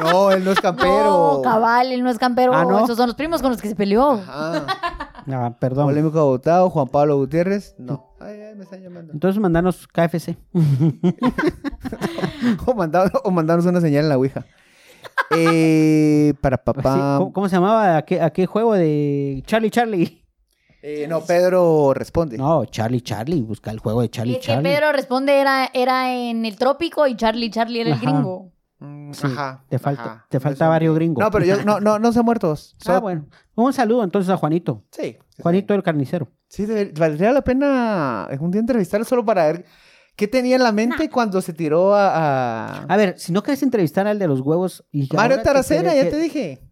Speaker 1: no, él no es campero.
Speaker 4: No, cabal, él no es campero.
Speaker 3: Ah, ¿no?
Speaker 4: Esos son los primos con los que se peleó.
Speaker 1: Ajá.
Speaker 3: Ah, perdón.
Speaker 1: Polémico votado, Juan Pablo Gutiérrez. No. Ay, ay, me están llamando.
Speaker 3: [LAUGHS] Entonces mandanos KFC.
Speaker 1: O mandaron o mandaron una señal en la Ouija. Eh, para
Speaker 3: Sí,
Speaker 1: papá.
Speaker 3: ¿cómo, cómo se llamaba aquel, aquel juego de Charlie Charlie?
Speaker 1: Eh, no, Pedro responde.
Speaker 3: No, Charlie Charlie, busca el juego de Charlie
Speaker 4: Es que
Speaker 3: Charlie.
Speaker 4: Pedro responde era, era en el trópico y Charlie Charlie era el
Speaker 3: Ajá.
Speaker 4: gringo.
Speaker 1: Mm,
Speaker 3: Sí,
Speaker 1: ajá,
Speaker 3: te falta,
Speaker 1: ajá.
Speaker 3: te
Speaker 1: No
Speaker 3: falta
Speaker 1: son-
Speaker 3: varios gringos.
Speaker 1: No, pero
Speaker 3: [LAUGHS]
Speaker 1: yo no, no, no se ha muerto.
Speaker 3: Ah,
Speaker 1: So-
Speaker 3: bueno. Un saludo entonces a Juanito.
Speaker 1: Sí.
Speaker 3: Juanito el carnicero.
Speaker 1: Sí, debe- valdría la pena algún día entrevistarlo solo para ver qué tenía en la mente cuando se tiró a. a-
Speaker 3: A ver, si no querés entrevistar al de los huevos Ah, y
Speaker 1: Mario Taracena,
Speaker 3: Taracena,
Speaker 1: ya te dije.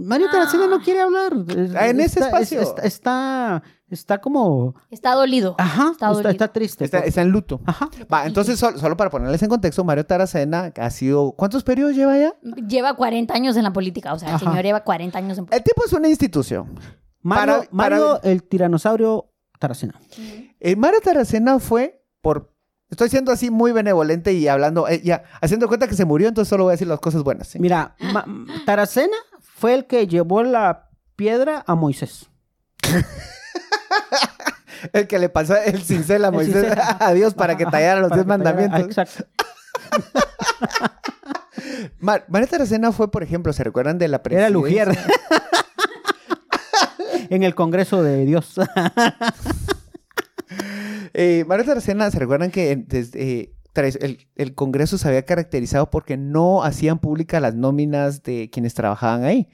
Speaker 3: Mario Taracena no quiere hablar.
Speaker 1: Ah, en ese
Speaker 3: Está- es-
Speaker 1: espacio.
Speaker 3: Está, está, está como.
Speaker 4: Está dolido.
Speaker 3: Ajá,
Speaker 4: Está
Speaker 3: está,
Speaker 4: dolido.
Speaker 3: está triste. pues.
Speaker 1: Está, está en luto.
Speaker 3: Ajá.
Speaker 1: Va, entonces, sol- solo, para ponerles en contexto, Mario Taracena ha sido. ¿Cuántos periodos lleva ya?
Speaker 4: Lleva 40 años en la política. O sea, el
Speaker 3: Ajá.
Speaker 4: señor lleva 40 años en política.
Speaker 1: El tipo es una institución.
Speaker 3: Mario,
Speaker 1: Para- para-
Speaker 3: Mario, el tiranosaurio Taracena.
Speaker 1: Eh, Mario Taracena fue por. Estoy siendo así muy benevolente y hablando, eh, ya, haciendo cuenta que se murió, entonces solo voy a decir las cosas buenas. ¿sí?
Speaker 3: Mira, Ma- Taracena fue el que llevó la piedra a Moisés.
Speaker 1: El que le pasó el cincel a
Speaker 3: El
Speaker 1: Moisés,
Speaker 3: cincel.
Speaker 1: a Dios para que tallara los
Speaker 3: Para
Speaker 1: diez
Speaker 3: que tallara-
Speaker 1: mandamientos.
Speaker 3: Ah, Exacto.
Speaker 1: Mar María Taracena fue, por ejemplo, ¿se recuerdan de la presidencia?
Speaker 3: Era Lugier. [LAUGHS] en el Congreso de Dios.
Speaker 1: Eh, María Taracena, ¿se recuerdan que en- desde, eh, tras- el, el Congreso se había caracterizado porque no hacían públicas las nóminas de quienes trabajaban ahí?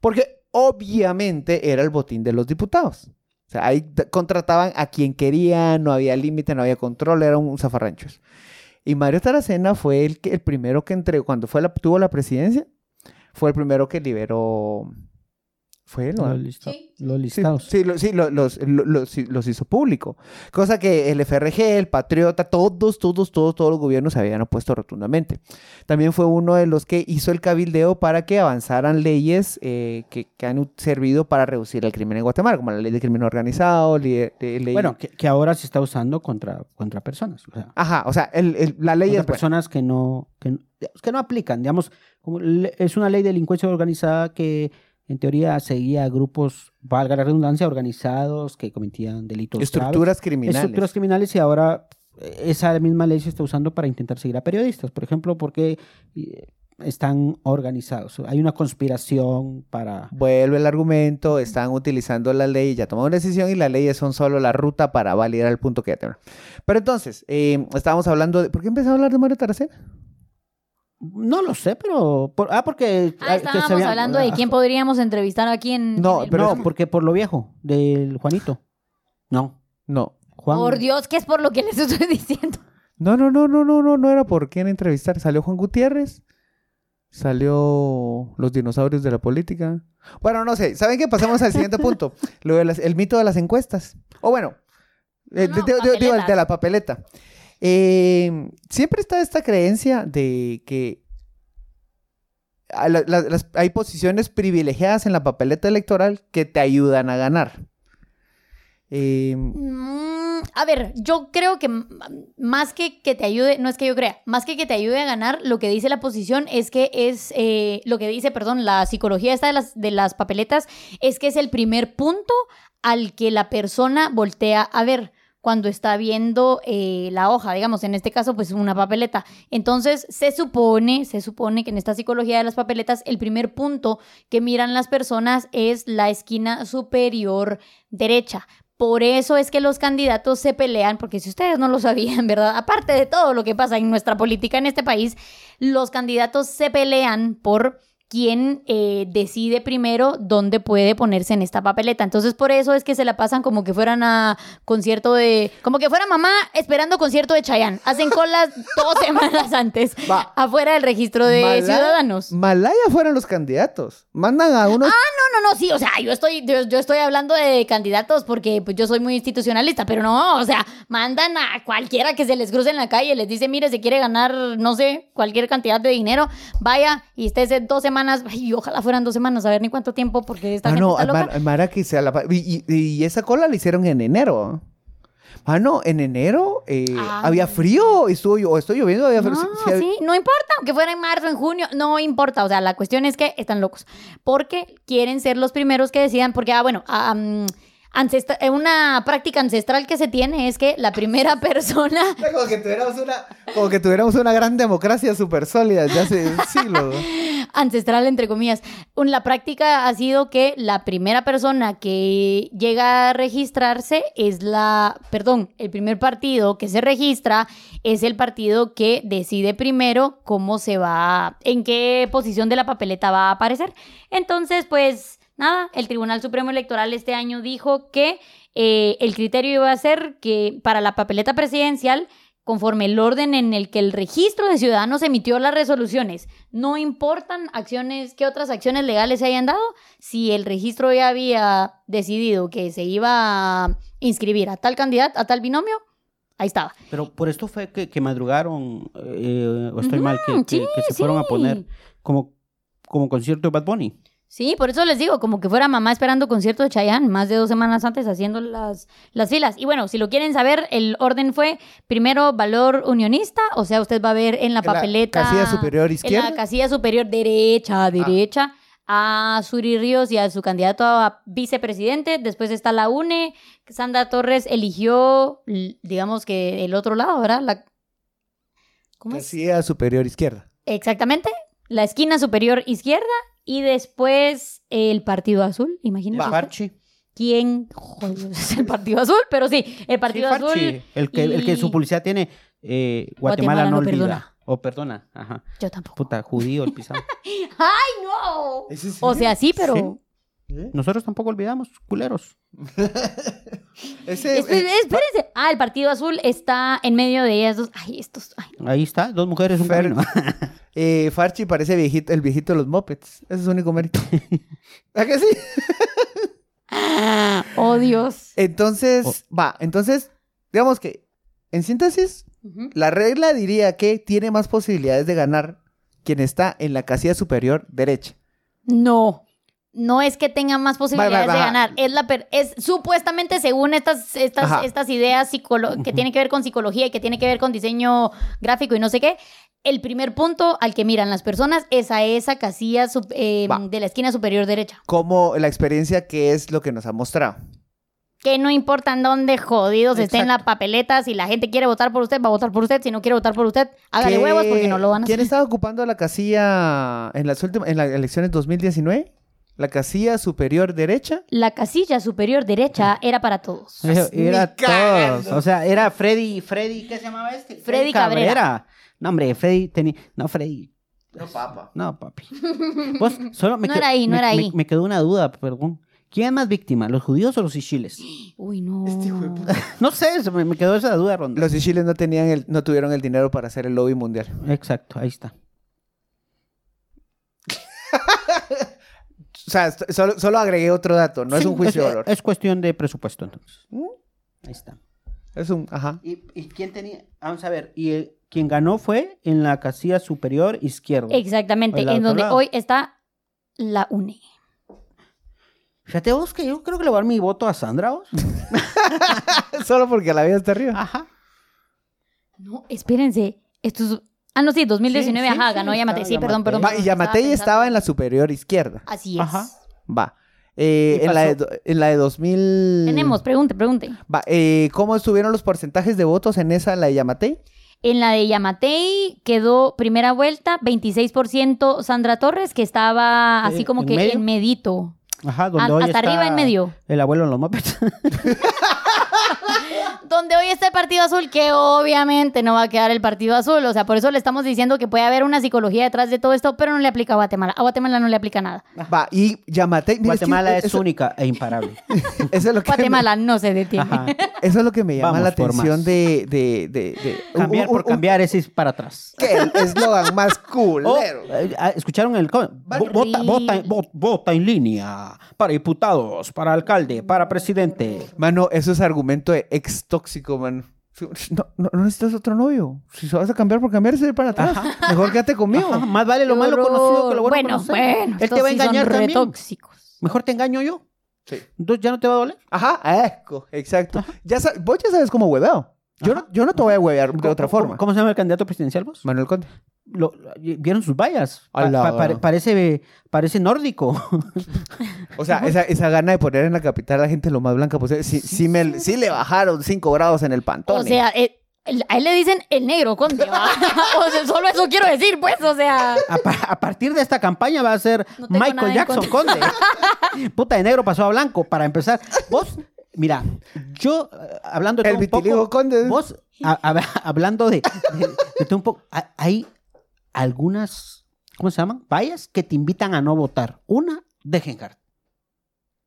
Speaker 1: Porque obviamente era el botín de los diputados. O sea, ahí t- contrataban a quien querían, no había límite, no había control, era un zafarranchos. Y Mario Taracena fue el, que, el primero que entregó, cuando fue la, tuvo la presidencia, fue el primero que liberó. Fue él, ¿no?
Speaker 3: Los, lista-
Speaker 4: Sí.
Speaker 3: los
Speaker 1: Sí,
Speaker 3: listados.
Speaker 1: sí, lo- sí, lo- los, lo- los- sí, los hizo público. Cosa que el FRG, el Patriota, todos, todos, todos, todos los gobiernos se habían opuesto rotundamente. También fue uno de los que hizo el cabildeo para que avanzaran leyes eh, que, que han u- servido para reducir el crimen en Guatemala, como la ley de crimen organizado, li- de- ley...
Speaker 3: Bueno, que, que ahora se está usando contra, contra personas. O sea,
Speaker 1: Ajá, o sea, el- el- la ley
Speaker 3: contra
Speaker 1: es... buena.
Speaker 3: personas que no, que, no- que no aplican. Digamos, como le- es una ley de delincuencia organizada que en teoría seguía a grupos, valga la redundancia, organizados que cometían delitos. graves.
Speaker 1: estructuras criminales.
Speaker 3: Estructuras criminales y ahora eh, esa misma ley se está usando para intentar seguir a periodistas, por ejemplo, porque eh, están organizados. Hay una conspiración para...
Speaker 1: Vuelve el argumento, están utilizando la ley, ya tomaron una decisión y las leyes son solo la ruta para validar el punto que ya tenemos. Pero entonces, eh, estábamos hablando de... ¿Por qué empezamos a hablar de Mario Taracena?
Speaker 3: No lo sé, pero... por- ah, porque...
Speaker 4: Ah,
Speaker 3: que se
Speaker 4: estábamos
Speaker 3: habían-
Speaker 4: hablando de quién podríamos entrevistar aquí en.
Speaker 1: No,
Speaker 4: en el-
Speaker 1: pero-
Speaker 3: no, porque por lo viejo, del Juanito. No,
Speaker 1: No.
Speaker 3: Juan.
Speaker 4: Por Dios, ¿qué es por lo que les [LAUGHS] estoy diciendo?
Speaker 1: No, no, no, no, no, no, no era por quién entrevistar. Salió Juan Gutiérrez, salió los dinosaurios de la política. Bueno, no sé, ¿saben qué? Pasamos al siguiente
Speaker 4: [LAUGHS]
Speaker 1: punto. Lo de las- el mito de las encuestas. O bueno, eh,
Speaker 4: No,
Speaker 1: de-
Speaker 4: no,
Speaker 1: de- de- digo, el de
Speaker 4: papeletas.
Speaker 1: la papeleta. Eh, siempre está esta creencia de que a la- la- las- hay posiciones privilegiadas en la papeleta electoral que te ayudan a ganar. Eh,
Speaker 4: Mm, a ver, yo creo que m- más que que te ayude, no es que yo crea, más que que te ayude a ganar, lo que dice la posición es que es, eh, lo que dice, perdón, la psicología esta de las, de las papeletas, es que es el primer punto al que la persona voltea a ver cuando está viendo eh, la hoja, digamos, en este caso, pues una papeleta. Entonces, se supone, se supone que en esta psicología de las papeletas, el primer punto que miran las personas es la esquina superior derecha. Por eso es que los candidatos se pelean, porque si ustedes no lo sabían, ¿verdad? Aparte de todo lo que pasa en nuestra política en este país, los candidatos se pelean por quién eh, decide primero dónde puede ponerse en esta papeleta. Entonces, por eso es que se la pasan como que fueran a concierto de... Como que fuera mamá esperando concierto de Chayanne. Hacen colas dos [LAUGHS] semanas antes
Speaker 1: Va.
Speaker 4: afuera del registro de
Speaker 1: Malaya-
Speaker 4: ciudadanos. Ah,
Speaker 1: Malaya fueron los candidatos. Mandan a unos
Speaker 4: No, no, no, sí, o sea, yo estoy, yo, yo estoy hablando de candidatos porque pues, yo soy muy institucionalista, pero no, o sea, mandan a cualquiera que se les cruce en la calle, les dice, mire, si quiere ganar, no sé, cualquier cantidad de dinero, vaya y estés dos semanas, ay, ojalá fueran dos semanas, a ver ni cuánto tiempo, porque esta
Speaker 1: Ah,
Speaker 4: gente
Speaker 1: no,
Speaker 4: está loca.
Speaker 1: Mar- Mara que se la... y, y- y esa cola la hicieron en enero. Ah, no, en enero eh,
Speaker 4: Ah.
Speaker 1: había frío, estuvo llo- o estoy lloviendo, había frío.
Speaker 4: No,
Speaker 1: sí,
Speaker 4: sí, no importa, aunque fuera en marzo, en junio, no importa. O sea, la cuestión es que están locos. Porque quieren ser los primeros que decidan, porque, ah, bueno, ah, mm, ancestra- eh, una práctica ancestral que se tiene es que la primera [LAUGHS] persona...
Speaker 1: había- Como que tuviéramos una, como que tuviéramos una gran democracia súper sólida ya hace
Speaker 4: [LAUGHS]
Speaker 1: siglos.
Speaker 4: ancestral entre comillas. Un- La práctica ha sido que la primera persona que llega a registrarse es la, perdón, el primer partido que se registra es el partido que decide primero cómo se va, en qué posición de la papeleta va a aparecer. Entonces, pues nada, el Tribunal Supremo Electoral este año dijo que eh, el criterio iba a ser que para la papeleta presidencial conforme el orden en el que el registro de ciudadanos emitió las resoluciones. No importan acciones, qué otras acciones legales se hayan dado, si el registro ya había decidido que se iba a inscribir a tal candidato, a tal binomio, ahí estaba.
Speaker 3: Pero por esto fue que, que madrugaron, eh, o estoy mal, que, que-
Speaker 4: sí,
Speaker 3: que se fueron a
Speaker 4: sí.
Speaker 3: poner como, como concierto de Bad Bunny.
Speaker 4: Sí, por eso les digo, como que fuera mamá esperando concierto de Chayanne más de dos semanas antes haciendo las, las filas. Y bueno, si lo quieren saber, el orden fue primero valor unionista, o sea, usted va a ver en la
Speaker 1: En la
Speaker 4: papeleta.
Speaker 1: casilla superior izquierda.
Speaker 4: En la casilla superior derecha,
Speaker 3: Ah.
Speaker 4: derecha, a Suri Ríos y a su candidato a vicepresidente. Después está la UNE. Sandra Torres eligió, l- digamos que el otro lado, ¿verdad? La, ¿Cómo es?
Speaker 1: Casilla superior izquierda.
Speaker 4: Exactamente. La esquina superior izquierda y después el Partido Azul, imagínate. usted.
Speaker 3: Farchi.
Speaker 4: ¿Quién? Joder, [LAUGHS] es el Partido Azul, pero sí, el Partido
Speaker 3: Sí,
Speaker 4: Azul.
Speaker 3: Farchi, El que, el que
Speaker 4: y-
Speaker 3: su publicidad tiene eh,
Speaker 4: Guatemala
Speaker 3: Guatemala,
Speaker 4: no
Speaker 3: no olvida.
Speaker 4: perdona.
Speaker 3: O perdona, ajá.
Speaker 4: Yo tampoco.
Speaker 3: Puta, judío el pisado. [LAUGHS]
Speaker 4: ¡Ay, no! O sea, sí, pero.
Speaker 3: Sí. Nosotros tampoco olvidamos, culeros.
Speaker 4: [LAUGHS]
Speaker 1: Ese,
Speaker 4: Espe- espérense. Ah, el Partido Azul está en medio de ellas dos. Ay, estos. ay,
Speaker 3: Ahí está, dos mujeres, un
Speaker 1: Fer-
Speaker 3: camino.
Speaker 1: Eh, Farchi parece viejito, el viejito de los mopeds. Ese es su único
Speaker 4: [LAUGHS]
Speaker 1: mérito. ¿A que sí? Ah.
Speaker 4: Oh, Dios.
Speaker 1: Entonces, va, entonces, digamos que, en síntesis,
Speaker 4: Ujú.
Speaker 1: la regla diría que tiene más posibilidades de ganar quien está en la casilla superior derecha.
Speaker 4: No. No es que tenga más posibilidades
Speaker 1: va,
Speaker 4: de
Speaker 1: ajá.
Speaker 4: ganar. Es la per- es supuestamente según estas, estas,
Speaker 1: Ajá.
Speaker 4: estas ideas psicolo- que tienen que ver con psicología y que tienen que ver con diseño gráfico y no sé qué. El primer punto al que miran las personas es a esa casilla sup- eh,
Speaker 1: Va.
Speaker 4: de la esquina superior derecha.
Speaker 1: Como la experiencia que es lo que nos ha mostrado.
Speaker 4: Que no importa en dónde jodidos esté en la
Speaker 1: Exacto.
Speaker 4: papeleta, si la gente quiere votar por usted, va a votar por usted. Si no quiere votar por usted, hágale
Speaker 1: ¿Qué-
Speaker 4: huevos porque no lo van a hacer.
Speaker 1: ¿Quién estaba ocupando la casilla en las últimas, en las elecciones 2019? La casilla superior derecha.
Speaker 4: La casilla superior
Speaker 3: [LAUGHS]
Speaker 4: derecha era para todos.
Speaker 3: Era
Speaker 1: Ni cagando.
Speaker 3: todos. O sea, era Freddy, Freddy, ¿qué se llamaba este?
Speaker 4: Freddy Cabrera.
Speaker 3: No, hombre, Freddy tenía. No, Freddy.
Speaker 1: No, papa.
Speaker 3: No, papi. Vos, solo me
Speaker 4: No
Speaker 3: qued-
Speaker 4: era ahí, no
Speaker 3: me-
Speaker 4: era
Speaker 3: me-
Speaker 4: ahí.
Speaker 3: Me, quedó una duda, perdón. ¿Quién es más víctima, los judíos o los isiles?
Speaker 4: Uy, no.
Speaker 3: este No sé, se me, me quedó esa duda, Ronda.
Speaker 1: Los chiles no tenían el, no tuvieron el dinero para hacer el lobby mundial.
Speaker 3: Exacto, ahí está.
Speaker 1: O sea, est- solo, solo agregué otro dato, no es
Speaker 3: Sí,
Speaker 1: un juicio de valor. ¿Mm?
Speaker 3: Es cuestión de presupuesto, entonces. Ahí está.
Speaker 1: Es un, ajá. [LAUGHS]
Speaker 3: ¿Y, y quién tenía? Vamos a ver. Y eh, quien ganó fue en la casilla superior izquierda.
Speaker 4: Exactamente,
Speaker 3: O el lado
Speaker 4: en donde
Speaker 3: otro lado.
Speaker 4: hoy está la UNE.
Speaker 3: Fíjate vos que yo creo que le voy a dar mi voto a Sandra. vos.
Speaker 1: solo porque la vida está arriba.
Speaker 3: Ajá.
Speaker 4: No, espérense, esto es... Ah, no, sí, 2019,
Speaker 3: Sí, sí,
Speaker 4: ajá,
Speaker 3: sí,
Speaker 4: ganó
Speaker 3: estaba
Speaker 4: Yamate. Sí,
Speaker 3: Yamatei.
Speaker 4: perdón, perdón.
Speaker 1: Va, y
Speaker 4: perdón,
Speaker 1: Yamatei
Speaker 4: pensando.
Speaker 1: estaba en la superior izquierda.
Speaker 4: Así es.
Speaker 3: Ajá.
Speaker 1: Va. Eh,
Speaker 3: ¿Y
Speaker 1: en, la de,
Speaker 3: pasó?
Speaker 1: do- en la de 2000.
Speaker 4: Tenemos, pregunte, pregunte.
Speaker 1: Va, eh, ¿Cómo estuvieron los porcentajes de votos en esa, la de Yamatei?
Speaker 4: En la de Yamatei quedó primera vuelta, 26% Sandra Torres, que estaba
Speaker 3: Eh,
Speaker 4: así como
Speaker 3: ¿en
Speaker 4: que
Speaker 3: medio?
Speaker 4: en medito.
Speaker 3: Ajá, donde
Speaker 4: A-
Speaker 3: hoy
Speaker 4: hasta
Speaker 3: está
Speaker 4: arriba en medio.
Speaker 3: El abuelo en los
Speaker 1: [LAUGHS]
Speaker 3: mopeds.
Speaker 4: Donde hoy está el Partido Azul, que obviamente no va a quedar el Partido Azul. O sea, por eso le estamos diciendo que puede haber una psicología detrás de todo esto, pero no le aplica a Guatemala. A Guatemala no le aplica nada.
Speaker 1: Va, y Yamatei. mira, es que
Speaker 3: Guatemala es
Speaker 1: eso-
Speaker 3: única e imparable.
Speaker 1: [LAUGHS] eso es lo que me-
Speaker 4: Guatemala no se detiene.
Speaker 3: Ajá.
Speaker 1: [LAUGHS] eso es lo que me llama
Speaker 3: Vamos
Speaker 1: la
Speaker 3: por
Speaker 1: atención
Speaker 3: más.
Speaker 1: de, de, de, de-
Speaker 3: Cambiar
Speaker 1: un-
Speaker 3: por
Speaker 1: un-
Speaker 3: cambiar es ir para atrás.
Speaker 1: [LAUGHS] que el eslogan más cool.
Speaker 3: [LAUGHS] Oh, eh, ah, ¿Escucharon el... co- vo- Vota, vota,
Speaker 4: horrible.
Speaker 3: vo- vota en línea. Para diputados, para alcalde, para presidente.
Speaker 1: Mano, eso es argumento de ex tóxico, mano. No, no, no necesitas otro novio. Si se vas a cambiar por cambiar, se va para atrás. Mejor quédate conmigo.
Speaker 3: Ajá, más vale lo malo conocido que lo bueno,
Speaker 4: bueno,
Speaker 3: conocido.
Speaker 4: bueno,
Speaker 3: Él te
Speaker 4: estos
Speaker 3: va a
Speaker 4: sí son
Speaker 3: engañar
Speaker 4: re
Speaker 3: también.
Speaker 4: tóxicos.
Speaker 3: Mejor te engaño yo.
Speaker 1: Sí.
Speaker 3: Entonces ya no te va a doler.
Speaker 1: Ajá, esco, exacto. Ya sa- vos ya sabes cómo hueveo. Yo no, yo no te voy a huevear de otra
Speaker 3: ¿Cómo-
Speaker 1: forma.
Speaker 3: ¿Cómo se llama el candidato presidencial vos?
Speaker 1: Manuel Conde.
Speaker 3: Lo- lo- ¿Vieron sus vallas?
Speaker 1: A
Speaker 3: Pa-
Speaker 1: la
Speaker 3: pa- pare-
Speaker 1: hora.
Speaker 3: parece, parece nórdico.
Speaker 1: O sea, esa, esa gana de poner en la capital a la gente lo más blanca posible. Sí, sí, me, sí le bajaron 5 grados en el pantón.
Speaker 4: O sea, eh, el- a él le dicen el negro conde, ¿va? [LAUGHS] o sea, solo eso quiero decir, pues, o sea,
Speaker 3: A, pa- a partir de esta campaña va a ser
Speaker 4: No tengo nada
Speaker 3: Michael
Speaker 4: en
Speaker 3: Jackson Conde.
Speaker 4: [LAUGHS]
Speaker 3: Puta de negro pasó a blanco para empezar. Vos, mira, yo eh, hablando de
Speaker 1: El
Speaker 3: todo un poco,
Speaker 1: vitiligo Conde.
Speaker 3: Vos, a- a- [LAUGHS] hablando de, de- de todo un poco, a- hay algunas, ¿cómo se llaman? Vallas que te invitan a no votar. Una de Gengar.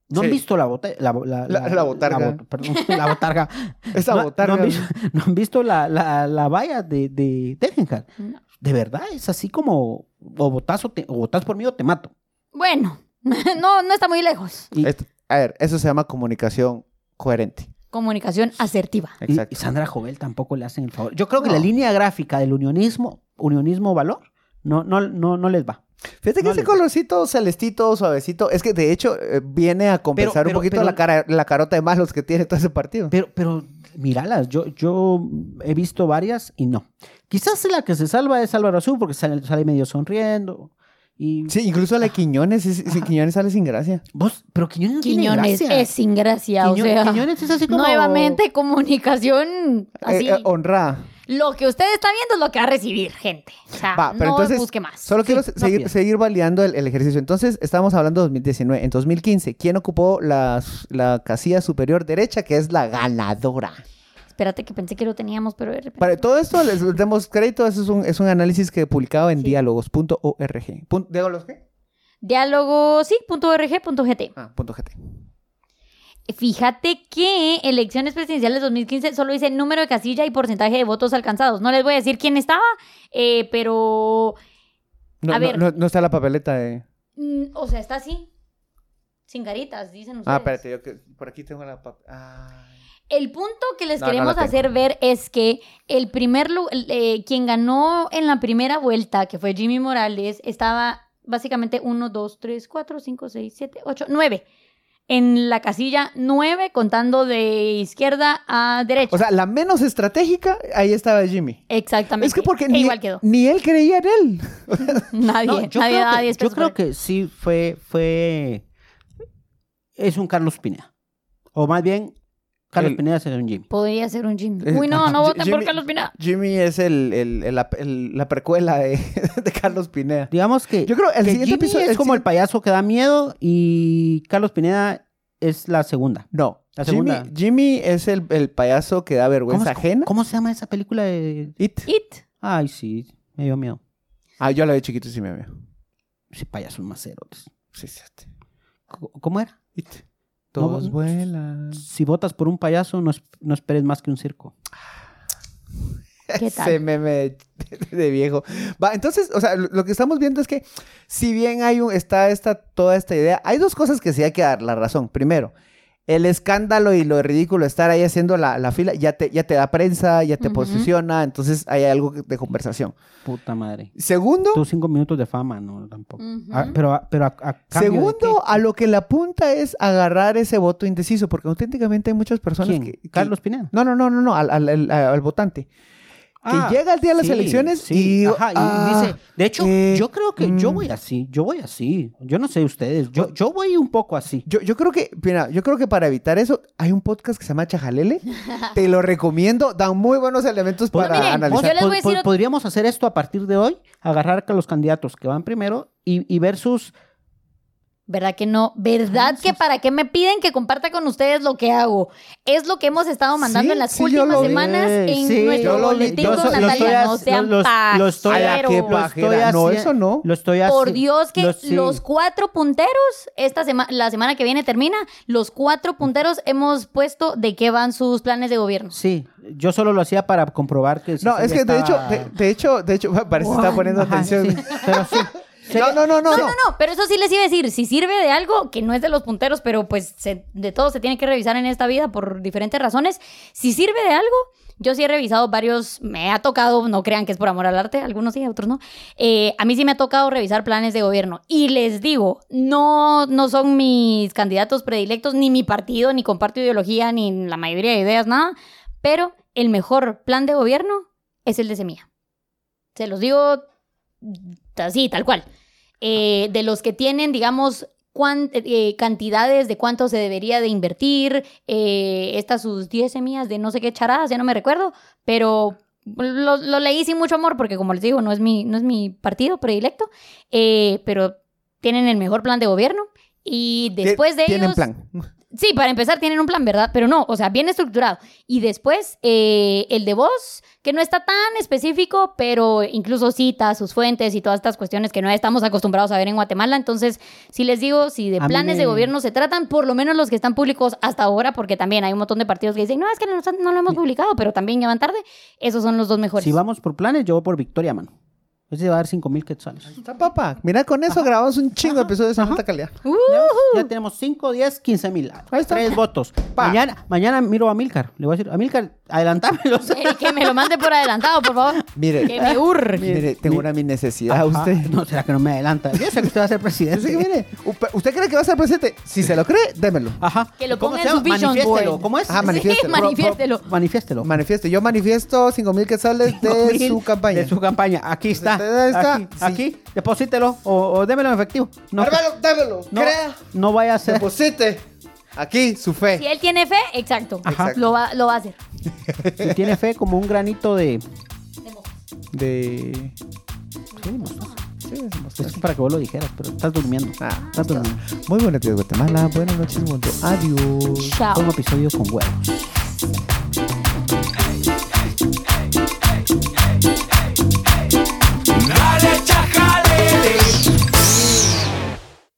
Speaker 3: ¿No han
Speaker 1: Sí.
Speaker 3: visto la, bota- la, la,
Speaker 1: La- la botarga.
Speaker 3: bot- perdón, [LAUGHS] la botarga.
Speaker 1: Esa
Speaker 3: no, no
Speaker 1: botarga.
Speaker 3: han visto, [LAUGHS] no han visto la, la, la valla de, de, de Gengar.
Speaker 4: No.
Speaker 3: De verdad, es así como o votás, o te- o votás por mí o te mato.
Speaker 4: bueno, [LAUGHS] no, no está muy lejos.
Speaker 3: Y,
Speaker 1: Esto- a ver, eso se llama comunicación coherente.
Speaker 4: Comunicación asertiva.
Speaker 3: y- y
Speaker 1: Exacto.
Speaker 3: Sandra Jovel tampoco le hacen el favor. Yo creo que
Speaker 1: No.
Speaker 3: la línea gráfica del unionismo, unionismo valor, no, no, no, no les va.
Speaker 1: Fíjate que
Speaker 3: No
Speaker 1: ese
Speaker 3: le-
Speaker 1: colorcito celestito, suavecito, es que de hecho eh, viene a compensar
Speaker 3: pero-
Speaker 1: un poquito
Speaker 3: pero-
Speaker 1: la, cara, la carota de malos que tiene todo ese partido.
Speaker 3: Pero, pero míralas, yo, yo he visto varias y no. Quizás la que se salva es Álvaro Azul porque sale, sale medio sonriendo. Y
Speaker 1: Sí, incluso
Speaker 3: Ah.
Speaker 1: la de Quiñones, es- es- Quiñones sale sin gracia.
Speaker 3: vos, pero Quiñones, no tiene
Speaker 4: Quiñones
Speaker 3: gracia.
Speaker 4: es sin gracia,
Speaker 3: Quiño-
Speaker 4: o sea,
Speaker 3: Quiñones es así como-
Speaker 4: [LAUGHS] nuevamente comunicación
Speaker 3: Ah,
Speaker 4: así.
Speaker 1: Eh, eh, honrada.
Speaker 4: Lo que usted está viendo es lo que va a recibir, gente. O sea,
Speaker 1: Va, pero
Speaker 4: Ah, no
Speaker 1: entonces,
Speaker 4: busque más.
Speaker 1: solo quiero
Speaker 3: no
Speaker 1: seguir,
Speaker 3: pida.
Speaker 1: seguir validando el, el ejercicio. Entonces, estábamos hablando de 2019. En 2015, ¿quién ocupó las- la casilla superior derecha, que es la ganadora?
Speaker 4: Espérate que pensé que lo teníamos, pero de repente.
Speaker 1: Para todo esto, les damos crédito. Eso es un, es un análisis que he publicado en
Speaker 4: Sí.
Speaker 1: diálogos.org. Pun- ¿Diálogos qué?
Speaker 4: Diálogo, sí, punto org, punto gt.
Speaker 1: Ah, punto GT.
Speaker 4: Fíjate que elecciones presidenciales 2015 solo dice número de casilla y porcentaje de votos alcanzados. No les voy a decir quién estaba, eh, pero
Speaker 1: No,
Speaker 4: A
Speaker 1: no-
Speaker 4: ver.
Speaker 1: no- no está la papeleta de...
Speaker 4: Mm, o sea, está así. Sin caritas, dicen ustedes.
Speaker 1: Ah, espérate, yo que por aquí tengo la papeleta.
Speaker 4: El punto que les
Speaker 1: No, no la
Speaker 4: queremos
Speaker 1: tengo.
Speaker 4: hacer ver es que el primer lu- el, eh, quien ganó en la primera vuelta, que fue Jimmy Morales, estaba básicamente 1, 2, 3, 4, 5, 6, 7, 8, 9. En la casilla 9, contando de izquierda a derecha.
Speaker 1: O sea, la menos estratégica, ahí estaba Jimmy.
Speaker 4: Exactamente.
Speaker 1: Es que porque
Speaker 4: E
Speaker 1: ni,
Speaker 4: igual
Speaker 1: [LAUGHS]
Speaker 4: quedó.
Speaker 1: ni él creía en él.
Speaker 4: [LAUGHS] Nadie,
Speaker 3: No, yo,
Speaker 4: nadie
Speaker 3: creo
Speaker 4: daba
Speaker 3: que,
Speaker 4: 10
Speaker 3: yo
Speaker 4: pesos
Speaker 3: creo
Speaker 4: por
Speaker 3: que sí fue, fue. Es un Carlos Pineda. O más bien, Carlos
Speaker 1: El-
Speaker 3: Pineda será un Jimmy.
Speaker 4: Podría ser un Jimmy.
Speaker 1: Eh,
Speaker 4: Uy, no, no
Speaker 1: Ji-
Speaker 4: voten por
Speaker 1: Jimmy-
Speaker 4: Carlos Pineda.
Speaker 1: Jimmy es el, el- el- la, el- la precuela de, [LAUGHS] de Carlos Pineda.
Speaker 3: Digamos que.
Speaker 1: Yo creo el
Speaker 3: que
Speaker 1: siguiente
Speaker 3: Jimmy
Speaker 1: episodio
Speaker 3: es
Speaker 1: el
Speaker 3: como el
Speaker 1: siguiente-
Speaker 3: payaso que da miedo y Carlos Pineda es la segunda.
Speaker 1: No,
Speaker 3: La
Speaker 1: Jimmy,
Speaker 3: segunda.
Speaker 1: Jimmy es el, el payaso que da
Speaker 3: ¿Cómo,
Speaker 1: vergüenza
Speaker 3: es-
Speaker 1: ajena.
Speaker 3: cómo se llama esa película de.?
Speaker 1: It.
Speaker 4: It.
Speaker 3: Ay, sí, me dio miedo.
Speaker 1: Ah, yo la de chiquito sí me veo.
Speaker 3: Sí, payasos maceros.
Speaker 1: Sí, sí, sí.
Speaker 3: Co- ¿Cómo era?
Speaker 1: It. Todos
Speaker 3: No,
Speaker 1: vuelan.
Speaker 3: Si votas por un payaso, no, es- no esperes más que un circo.
Speaker 1: [LAUGHS]
Speaker 4: ¿Qué
Speaker 1: Ese
Speaker 4: tal?
Speaker 1: meme de, de- de viejo. Va, entonces, o sea, lo, lo que estamos viendo es que si bien hay un, está esta, toda esta idea, hay dos cosas que sí hay que dar la razón. Primero, el escándalo y lo ridículo de estar ahí haciendo la, la fila ya te, ya te da prensa, ya te
Speaker 4: Ujú.
Speaker 1: posiciona, entonces hay algo de conversación.
Speaker 3: Puta madre.
Speaker 1: Segundo,
Speaker 3: Tus cinco minutos de fama, no, tampoco.
Speaker 4: Mm, Ujú.
Speaker 3: Ah, pero a- pero a- a cambio de
Speaker 1: Segundo,
Speaker 3: qué?
Speaker 1: a lo que la apunta es agarrar ese voto indeciso, porque auténticamente hay muchas personas
Speaker 3: ¿Quién?
Speaker 1: que, que-
Speaker 3: Carlos Pineda.
Speaker 1: No, no, no, no, no, al, al- al- al votante.
Speaker 3: Ah,
Speaker 1: que llega el día de las
Speaker 3: sí,
Speaker 1: elecciones
Speaker 3: sí,
Speaker 1: y,
Speaker 3: ajá, y
Speaker 1: ah,
Speaker 3: dice, de hecho,
Speaker 1: eh,
Speaker 3: yo creo que yo
Speaker 1: mm.
Speaker 3: voy así, yo voy así. Yo no sé ustedes, yo, yo voy un poco así.
Speaker 1: Yo, yo creo que, mira, yo creo que para evitar eso hay un podcast que se llama [LAUGHS] Chajalele. Te lo recomiendo, dan muy buenos elementos
Speaker 3: Pues,
Speaker 1: para
Speaker 4: miren,
Speaker 1: analizar.
Speaker 4: yo les voy a
Speaker 3: Pod-
Speaker 4: decir
Speaker 3: pod-
Speaker 4: ot-
Speaker 3: podríamos hacer esto a partir de hoy, agarrar a los candidatos que van primero y, y ver sus...
Speaker 4: ¿Verdad que no? ¿Verdad que para qué me piden que comparta con ustedes lo que hago? Es lo que hemos estado mandando
Speaker 1: Sí,
Speaker 4: en las
Speaker 1: sí, yo
Speaker 4: últimas
Speaker 1: lo vi.
Speaker 4: semanas en
Speaker 3: Sí,
Speaker 4: nuestro
Speaker 1: yo lo vi.
Speaker 4: boletín
Speaker 1: Yo
Speaker 4: con
Speaker 1: so- lo
Speaker 4: Natalia.
Speaker 3: estoy
Speaker 4: no
Speaker 3: a-
Speaker 4: sean
Speaker 3: lo- lo- lo estoy a-
Speaker 4: pajeros.
Speaker 1: Qué
Speaker 3: lo estoy
Speaker 1: pajera. No,
Speaker 3: haciendo-
Speaker 1: eso no.
Speaker 3: Lo estoy
Speaker 4: Por
Speaker 3: haci-
Speaker 4: Dios que
Speaker 3: lo- sí.
Speaker 4: los cuatro punteros, esta sema- la semana que viene termina, los cuatro punteros hemos puesto de qué van sus planes de gobierno.
Speaker 3: Sí, yo solo lo hacía para comprobar que... sí
Speaker 1: No,
Speaker 3: se
Speaker 1: es
Speaker 3: le
Speaker 1: que de hecho,
Speaker 3: estaba-
Speaker 1: de, de hecho, de hecho, [LAUGHS] parece que está poniendo
Speaker 3: Ajá,
Speaker 1: atención.
Speaker 3: sí, pero sí.
Speaker 1: [LAUGHS] No, no, no, no.
Speaker 4: No, no, no, pero eso sí les iba a decir, si sirve de algo, que no es de los punteros, pero pues se- de todo se tiene que revisar en esta vida por diferentes razones, si sirve de algo, yo sí he revisado varios, me ha tocado, no crean que es por amor al arte, algunos sí, otros no, eh, a mí sí me ha tocado revisar planes de gobierno y les digo, no, no son mis candidatos predilectos, ni mi partido, ni comparto ideología, ni la mayoría de ideas, nada, pero el mejor plan de gobierno es el de Semilla. Se los digo mm, así, tal cual. Eh, de los que tienen, digamos, cuán- eh, cantidades de cuánto se debería de invertir, eh, estas sus 10 semillas de no sé qué charadas, ya no me recuerdo, pero lo, lo leí sin mucho amor porque, como les digo, no es mi, no es mi partido predilecto, eh, pero tienen el mejor plan de gobierno y
Speaker 1: Tien-
Speaker 4: después de
Speaker 1: Tienen
Speaker 4: ellos...
Speaker 1: plan.
Speaker 4: Sí, para empezar tienen un plan, ¿verdad? Pero no, o sea, bien estructurado. Y después eh, el de voz, que no está tan específico, pero incluso cita sus fuentes y todas estas cuestiones que no estamos acostumbrados a ver en Guatemala. Entonces, si les digo, si de
Speaker 3: A mí
Speaker 4: planes
Speaker 3: me-
Speaker 4: de gobierno se tratan, por lo menos los que están públicos hasta ahora, porque también hay un montón de partidos que dicen, no, es que no, no lo hemos publicado, pero también ya van tarde, esos son los dos mejores.
Speaker 3: Si vamos por planes, yo voy por victoria, mano. Ese va a dar 5 mil quetzales.
Speaker 1: Está papá. Mira, con eso grabamos un chingo de episodios en alta calidad.
Speaker 4: ¡Uh!
Speaker 3: Ya tenemos 5, 10, 15 mil.
Speaker 1: Ahí está.
Speaker 3: Tres votos.
Speaker 1: Pa.
Speaker 3: Mañana, mañana miro a Milcar. Le voy a decir, a Milcar, adelantármelos.
Speaker 4: Eh,
Speaker 3: [LAUGHS]
Speaker 4: que me lo mande por adelantado, por favor.
Speaker 1: Mire.
Speaker 4: Que me urge.
Speaker 1: Mire, tengo una mi necesidad.
Speaker 3: Ah,
Speaker 1: usted.
Speaker 3: No, será que no me adelanta. Yo sé que usted va a ser presidente.
Speaker 1: Yo sé que, [LAUGHS] mire, u- ¿usted cree que va a ser presidente? Si se lo cree, démelo.
Speaker 3: Ajá.
Speaker 4: Que lo
Speaker 3: ¿Cómo
Speaker 4: ponga
Speaker 3: se
Speaker 4: en su
Speaker 3: llama?
Speaker 4: vision
Speaker 3: Manifiéstelo.
Speaker 4: board.
Speaker 3: ¿Cómo es?
Speaker 1: Ah, manifiéstelo.
Speaker 4: Sí, manifiéstelo.
Speaker 3: [LAUGHS] Manifiéstelo.
Speaker 1: Manifiesto. Yo manifiesto 5 mil
Speaker 3: [LAUGHS]
Speaker 1: quetzales de
Speaker 3: 5,000
Speaker 1: su campaña. Pues
Speaker 3: De su campaña. Aquí está.
Speaker 1: Ahí está.
Speaker 3: Aquí,
Speaker 1: Sí.
Speaker 3: aquí. deposítelo o, o démelo en efectivo. No,
Speaker 1: Hermano, dámelo.
Speaker 3: no, [LAUGHS]
Speaker 1: Crea.
Speaker 3: no vaya a ser.
Speaker 1: Deposite. Aquí, su fe.
Speaker 4: Si él tiene fe, exacto.
Speaker 1: Ajá.
Speaker 4: Lo, va, lo va a hacer.
Speaker 3: Si tiene fe como un granito de.
Speaker 1: De.
Speaker 3: Sí, mostaza.
Speaker 1: Sí, es
Speaker 3: pues, Es
Speaker 1: mostaza.
Speaker 3: que para que vos lo dijeras, pero estás durmiendo.
Speaker 1: Ah,
Speaker 3: estás durmiendo.
Speaker 1: Muy buenos días, Guatemala. Buenas noches, mundo. Adiós.
Speaker 4: Chao.
Speaker 3: Fue un episodio con huevos.